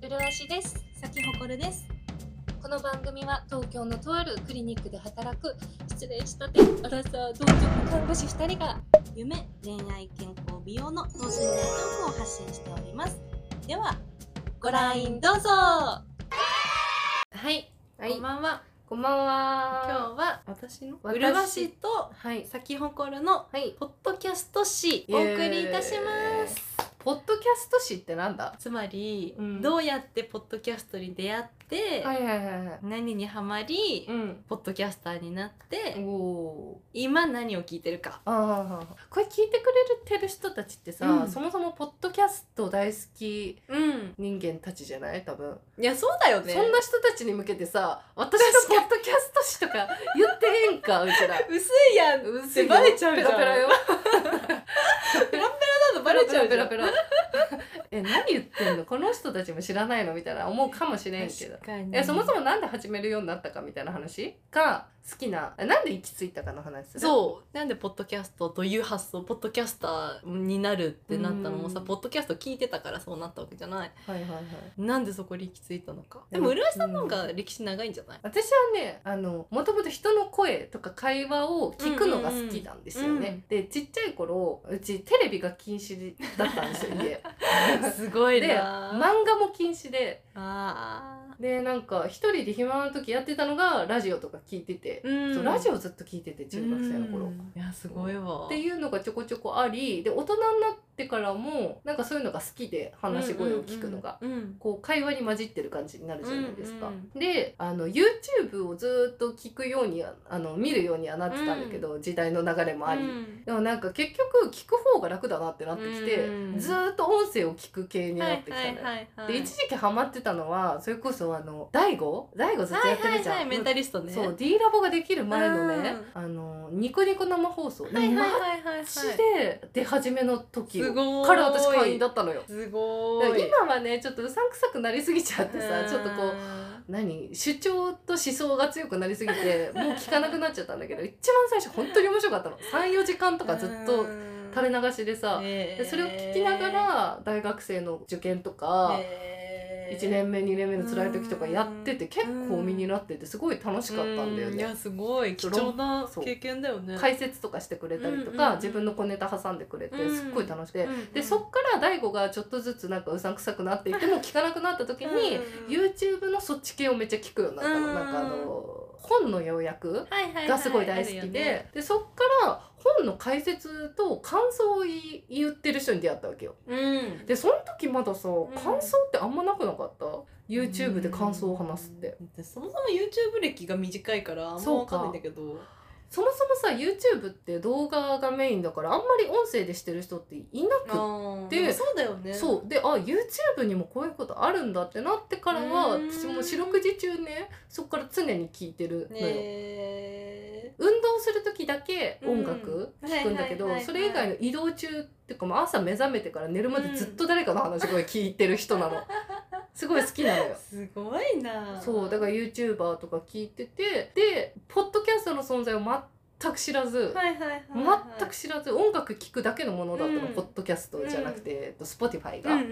プルアシです咲ほこるです。この番組は東京のとあるクリニックで働く失礼したてアラサー同居看護師2人が夢、恋愛、健康、美容の等身大トークを発信しております。では、ご覧どうぞはい、はいこんばんは。こんばん今は。日は私のうるわしとはい。咲き誇るのはい。ポッドキャスト誌お送りいたします。す。ポッドキャスト誌ってなんだ。つまり、うんどうやってポッドキャストに出会って、はいはいはいはい。何にハマり、うん。ポッドキャスターになって、おお今何を聞いてるか。ー。ああ。これ聞いてくれてる人たちってさ、うんそもそもポッドキャスト大好きうん。人間たちじゃない多分、いやそうだよね。そんな人たちに向けてさ、私のポッドキャスト誌とか言ってええんかうちら。薄いやん。うっバレちゃうじゃペんラペラ よ。ただバレちゃうじペゃラんペラペラ。え、何言ってんのこの人たちも知らないのみたいな思うかもしれんけど。確かに。えそもそもなんで始めるようになったかみたいな話か好きなえなんで行き着いたかの話するうそうなんでポッドキャストという発想ポッドキャスターになるってなったのもさうんポッドキャスト聞いてたからそうなったわけじゃないはいはいはいなんでそこに行き着いたのかでうもん浦井さんの方が歴史長いんじゃない、私はねあのもともと人の声とか会話を聞くのが好きなんですよね、うんうんうんでちっちゃい頃うちテレビが禁止だったんですよ 家すごいでな漫画も禁止であでなんか一人で暇な時やってたのがラジオとか聞いてて、ーそうラジオずっと聞いてて中学生の頃、うんいやすごいわっていうのがちょこちょこありで大人になってからもなんかそういうのが好きで話し声を聞くのが。うんうんこう会話に混じってる感じになるじゃないですか。うんであの YouTube をずっと聞くようにはあの見るようにはなってたんだけど、時代の流れもあり、うんでもなんか結局聞く方が楽だなってなってきて、うんずーっと音声を聞く系にはなっいてきたはのよ。いはいはいで一時期ハマってたのはそれこそあの大悟大悟ずっとやってるじゃはん、いはいはいメンタリストねそう D ラボができる前のね、あのニコニコ生放送、はいはいはいはいはいマジで出始めの時すごいから私会員だったのよすごだからい今はねちょっとうさんくさくなりすぎちゃってさうんちょっとこう何主張と思想が強くなりすぎ てもう聞かなくなっちゃったんだけど一番最初本当に面白かったの34時間とかずっとうん垂れ流しでさ、ねえでそれを聞きながら大学生の受験とか、ねえ1年目2年目の辛い時とかやってうてん結構身になっててすごい楽しかったんだよういねや。すごい貴そう重なそう経験だよね。解説とかしてくれたりとうんうんうかん自分の小ネタ挟んでくれてうんすっごい楽しくてうんうんでそっから大悟がちょっとずつなんかうさんくさくなっていっても聞かなくなった時うんうんに YouTube のそっち系をめっちゃ聞くようになったうのんなんかあの本の要約はいはいはいがすごい大好きあるよねででそっから本の解説と感想を言い言ってる人に出会ったわけよ。うんでその時まださん感想ってあんまなくなかった YouTube で感想を話すって。うんそもそも YouTube 歴が短いからあんまそわうかかんないんだけどそもそもさ YouTube って動画がメインだからあんまり音声でしてる人っていなくあーでもそうだよねてそうであ YouTube にもこういうことあるんだってなってからはうーん私もう四六時中ねそこから常に聞いてるのねよ。え運動する時だけ音楽うん聞くんだけはいどはいはいはいそれ以外の移動中っていうかもう朝目覚めてから寝るまでずっと誰かの話声聞いてる人 なのすごい好きなのよ。すごいなそうだから YouTuber とか聞いててでポッドキャストの存在を全く知らず、はいはいはいはい全く知らず音楽聴くだけのものだったの、うんポッドキャストじゃなくて、えっと Spotify うんが。うんう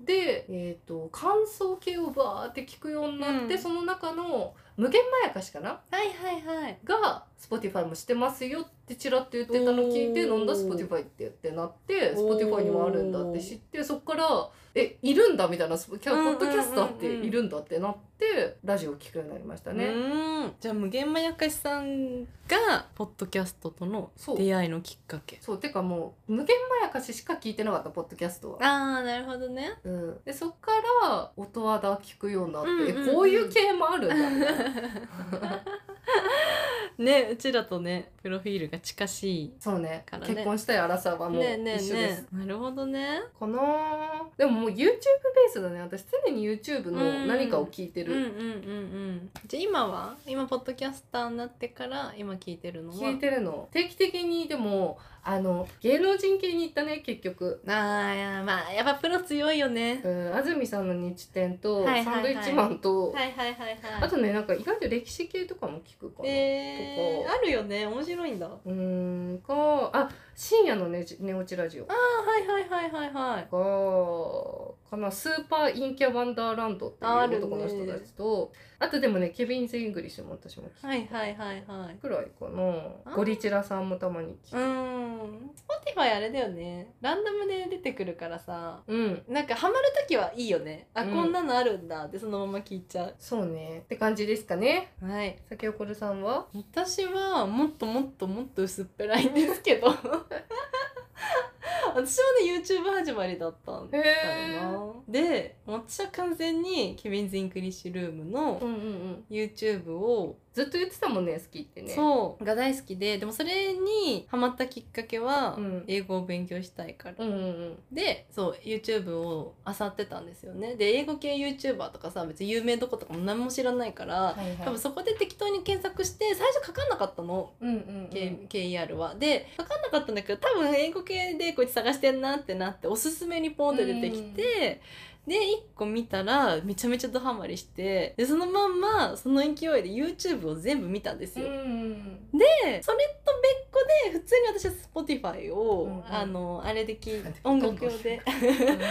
んで、えー、と感想系をバーって聞くようになって、うんその中の「無限まやかし」かなはいはいはいが Spotify もしてますよってちらっと言ってたの聞いて「おーなんだ Spotify って」ってなっておー Spotify にもあるんだって知ってそっから「えいるんだ」みたいなスポキャうんうんうんポうんッドキャスターっているんだってなってラジオを聞くようになりましたね。うんじゃあ無限まやかしさんがポッドキャストとのそう出会いのきっかけそうてかもう無限まやかししか聞いてなかったポッドキャストはああなるほどねうん、でそっから音和田聞くようになって、うんうんうんえこういう系もあるんだみたい なねうちらとねプロフィールが近しいそうねからね結婚したい荒沢もねえ一緒ねでえす、ねえなるほどねかなーでももう YouTube ベースだね私常に YouTube の何かを聞いてうんうんる、うんうんじゃあ今は今ポッドキャスターになってから今聞いてるのは聞いてるの定期的にでもあの芸能人系に行ったね結局。あーいやまあやっぱプロ強いよねうん、安住さんの日展と、はいはいはいサンドイッチマンと、はいはいはいはいあとねなんか意外と歴史系とかも聞くかな、えー、とあかるよね面白いんだあうーんかあ深夜のね「ネオチラジオ」ーはいはいはいはいはいかかなスーパーインキャワンダーランドってああいるうね男の人たちとあ,、とでもねケビンズ・イングリッシュも私も聞いたはいはいはいはいくらいかなあゴリチラさんもたまに聞ういーん Spotify あれだよねランダムで出てくるからさうん、なんかハマる時はいいよねあ、うんこんなのあるんだってそのまま聞いちゃうそうねって感じですかねはい酒おこるさんは私はもっともっともっと薄っぺらいんですけど 私もね YouTube 始まりだったんだよなで私は完全にケビンズ・インクリッシュルームのうんうんうん、 YouTube をずっと言ってたもんね好きってねう、そうが大好きででもそれにハマったきっかけは、うん英語を勉強したいから、うんうんうん、でそう YouTube を漁ってたんですよねで英語系 YouTuber とかさ別に有名どことかも何も知らないから、はいはい多分そこで適当に検索して最初かかんなかったの、うんうんうん、 K KER はでかかんなかったんだけど多分英語系でこいつ探してんなってなっておすすめにポンって出てきて、で1個見たらめちゃめちゃドハマりしてでそのまんまその勢いで YouTube を全部見たんですうんよ。うんでそれと別個で普通に私は Spotify を、うんうんあのあれで聞いなんで音楽用 で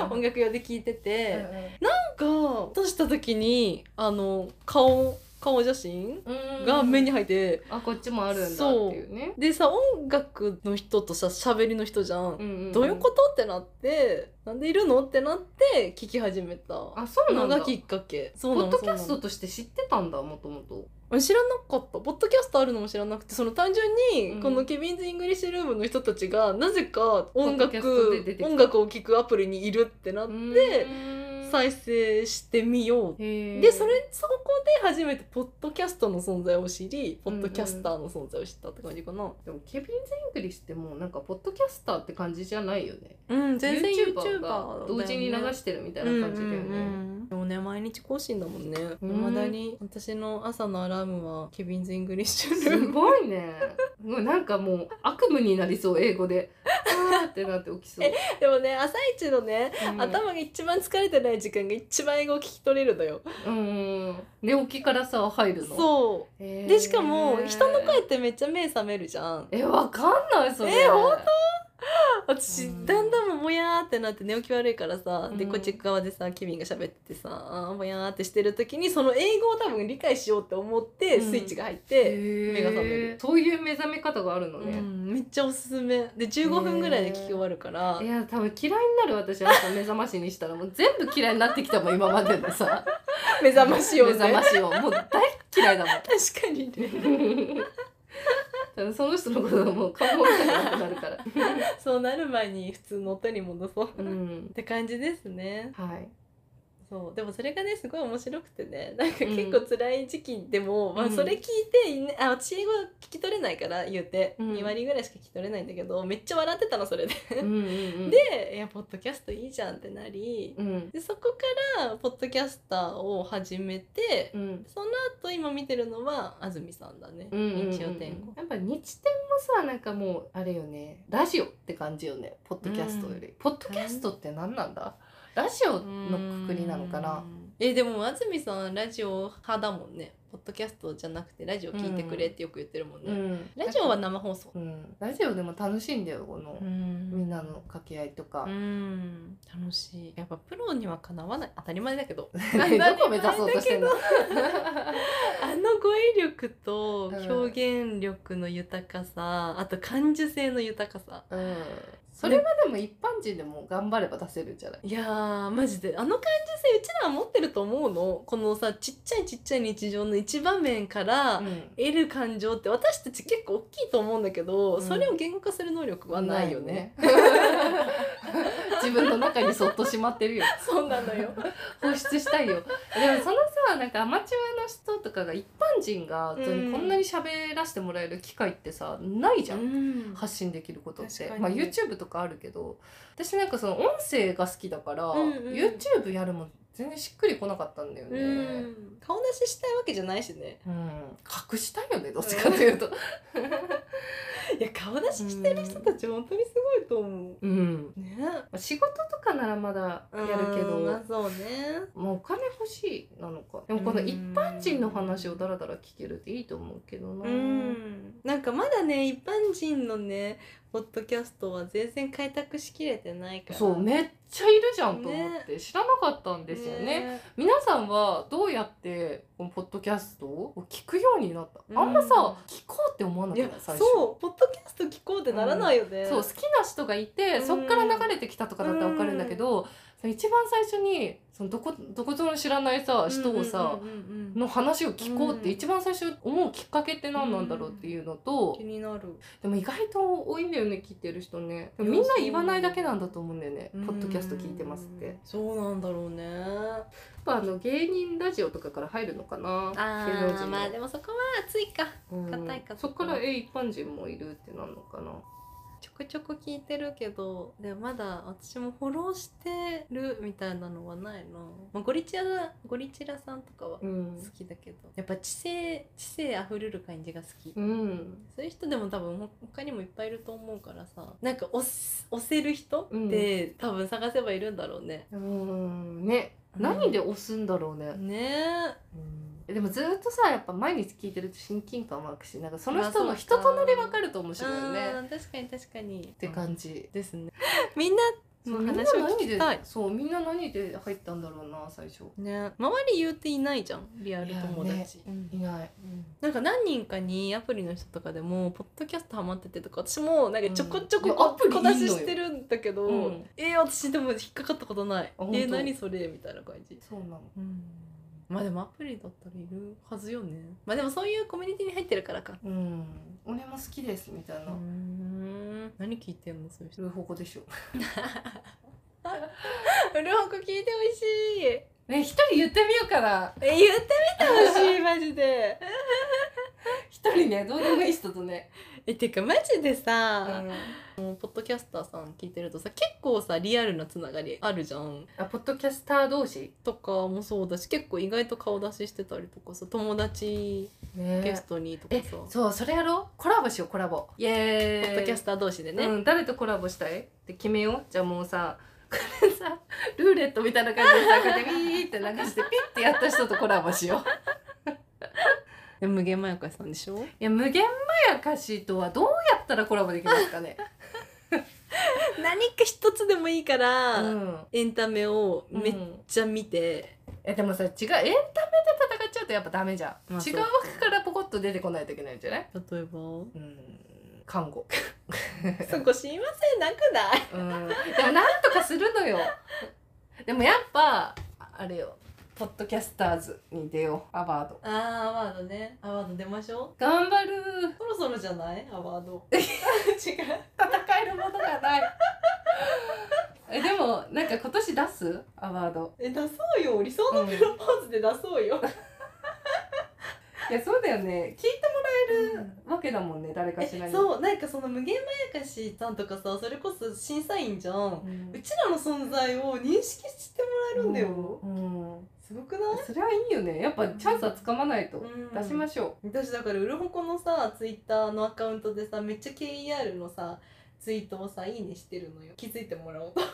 うん音楽用で聞いてて、うなんか出した時にあの顔顔写真んうんが目に入って、あこっちもあるんだっていうねでさ音楽の人とさ喋りの人じゃん、うんうんんどういうことってなってなんでいるのってなって聞き始めたあそうなのんだがきっかけそうポなッのドキャスそうトなとして知ってたんだもともとの知らなかったポッドキャストあるのも知らなくてその単純うんにこのケビンズ・イングリッシュルームの人たちがなぜか音ポッドキ楽ャストで出てきた音楽を聴くアプリにいるってなって再生してみようででそれそこで初めてポッドキャストの存在を知りポッドキャスターの存在を知ったって感じかな。でもケビン・ズ・イングリッシュってもうなんかポッドキャスターって感じじゃないよねうん、全然 YouTuber だよ YouTuber ね、が同時に流してるみたいな感じだよね、うんうんうんでもね毎日更新だもんねうん未だに私の朝のアラームはケビンズ・イングリッシュルすームごいねもうなんかもう悪夢になりそう英語であーってなって起きそう、 でもね朝一のね、うん、頭が一番疲れてない時間が一番英語を聞き取れるのよ、うん寝起きからさ入るのそへうーでしかも人の声ってめっちゃ目覚めるじゃんえわかんないそれえ本私、うんだんだんもうもやーってなって寝起き悪いからさ、でうんこっち側でさケビンが喋っててさあーもやーってしてる時にその英語を多分理解しようって思ってうんスイッチが入って、目目が覚めるそういう目覚め方があるのうね、ん、めっちゃおすすめで15分ぐらいで聞き終わるから、いや多分嫌いになる私朝目覚ましにしたらもう全部嫌いになってきたも ん今までのさ 目覚ましを、ね、目覚ましをもう大嫌いだも ん確かにね多分その人のことはもう顔も見たくなくなるからそうなる前に普通の音に戻そううっんて感じですねはいそうでもそれがねすごい面白くてね なんかうん結構辛い時期でも、まうあ、んそれ聞いて、ねあ私英語聞き取れないから言うて、うん2割ぐらいしか聞き取れないんだけどめっちゃ笑ってたのそれで、うんうんうんでいやポッドキャストいいじゃんってなり、うんでそこからポッドキャスターを始めて、うんその後今見てるのは安住さんだね、日曜天国やっぱ日天もさなんかもうあれよねラジオって感じよねポッドキャストより、ポッドキャストって何なんだラジオのくくりなのかなえでも安住さんラジオ派だもんねポッドキャストじゃなくてラジオ聞いてくれってよく言ってるもんね、んラジオは生放送うん、ラジオでも楽しいんだよこの、みんなの掛け合いとかう、 ん楽しいやっぱプロにはかなわない当たり前だけ どどどこ目指そうとしてんのあの語彙力と表現力の豊かさ、あと感受性の豊かさうん、それはでも一般人でも頑張れば出せるんじゃないいやーマジであの感受性うちらは持ってると思うのこのさちっちゃいちっちゃい日常の一場面から、うん得る感情って私たち結構大きいと思うんだけど、うんそれを言語化する能力はないよね。ないよね 自分の中にそっとしまってるよ そうな のよ。放出したいよでもそのさなんかアマチュアの人とかが一般人が普通にこんなに喋らせてもらえる機会ってさないじゃん、発信できることって、確かにまあ、YouTube とかあるけど私なんかその音声が好きだから、うんうん YouTube やるも全然しっくりこなかったんだようね、ん顔出ししたいわけじゃないしね。うん隠したいよねどっちかという と、いや顔出ししてる人たち本当にすごいと思うんう。ね。まあ仕事とかならまだやるけど、まあそうね。まあ、お金欲しいなのかでもこの一般人の話をだらだら聞けるっていいと思うけどな、うん。なんかまだね一般人のねポッドキャストは全然開拓しきれてないから。そうめっちちゃいるじゃんと思って、知らなかったんですよね皆さんはどうやってこのポッドキャストを聞くようになった、うんあんまさ聞こうって思わないかっやた最初そうポッドキャスト聞こうってならないよね、そう好きな人がいてうんそっから流れてきたとかだったら分かるんだけど、その一番最初にそのどこどこぞの知らないさ人をさ、うんうんうんうんの話を聞こうっうてん一番最初思うきっかけって何なんだろうっていうのと、気になるでも意外と多いんだよね聞いてる人ねでもみんな言わないだけなんだと思うんだよね、ポッドキャスト聞いてますって、うやっんそうなんだろうねぱあの芸人ラジオとかから入るのかな芸能人のもそこは熱いかうん硬いかそっからえ一般人もいるってなるのかなちょこちょこ聞いてるけどでもまだ私もフォローしてるみたいなのはないな、まあ、ゴリチラゴリチラさんとかは好うん、きだけどやっぱ知性知性あふれる感じが好き、うん、そういう人でも多分ほ他にもいっぱいいると思うからさなんか押す押せる人うんって、多分探せばいるんだろうねうんねうん何で押すんだろうね、ねでもずっとさやっぱ毎日聞いてると親近感湧くしなんかその人まのあそう人かとなり分かると面白いよね、っうん確かに確かにって感じ、ですねみんなそのうみんな話を聞きた何いでそうみんな何で入ったんだろうな最初ね周り言うていないじゃんリアル友達、いやねいない、なんか何人かにアプリの人とかでもポッドキャストハマっててとか私もなんかちょこちょうんこいやアプリいい小のよ出ししてるんだけど、うんえー私でも引っかかったことないえあ本当ー何それみたいな感じそうなのまあでもアプリだったらいるはずよねまあでもそういうコミュニティに入ってるからかうん俺も好きですみたいな、ん何聞いてんの そういうそ人ういう方向でしょう るほこ聞いてほしいえね一人言ってみようかな言ってみてほ しいマジで一人ねどうでもいい人とね、えてかマジでうさ、んポッドキャスターさん聞いてるとさ結構さリアルなつながりあるじゃんあポッドキャスター同士、とかもそうだし結構意外と顔出ししてたりとかさ友達ねゲストにとかえさ、そうそれやろうコラボしようコラボイエポッドキャストター同士でね、ね、うん、誰とコラボしたいって決めようじゃあもうさこれさルーレットみたいな感じでさこうやってビーって流してピッてやった人とコラボしようで無限まやかさんでしょいや無限まやかしとはどうやったらコラボできますかね何か一つでもいいから、 うんエンタメをめめっちゃ見て、えでもさ違うエンタメで戦っちゃうとやっぱダメじゃん、まあ違そうう枠からポコッと出てこないといけないんじゃない例えばうん看 護そこすいませんなくないうんでもなんとかするのよでもやっぱあれよポッドキャスターズに出ようアワードあーアワードねアワード出ましょ頑張るうそろそろじゃないアワー ド違う戦えるものがない えでもなんか今年出すアワードえ出そうよ理想のプロポーズで出そうよ、いやそうだよね聞いてもらえるわけだもんね誰かしらえにう、そうなんかその無限まやかしさんとかさそれこそ審査員じゃんんうちらの存在を認識してもらえるんだよ、うんすごくない、それはいいよねやっぱチャンスはつかまないと、出しましょ私だからうるほこのさツイッターのアカウントでさめっちゃ KER のさツイートをさいいねしてるのよ気づいてもらおうとう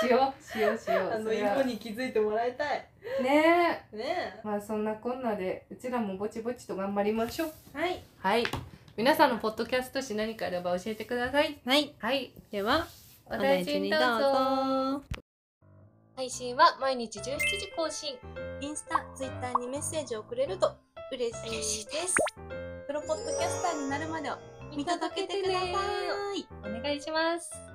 しようしようしようあそのれイはボに気づいてもらいたいねえねまあそんなこんなでうちらもぼちぼちと頑張りましょうえはいはい皆さんのポッドキャスト誌何かあれば教えてくださいはいはいではお大事にどうぞぞ配信は毎日17時更新インスタ、ツイッターにメッセージをくれると嬉しいです。プロポッドキャスターになるまでは見届けてください。お願いします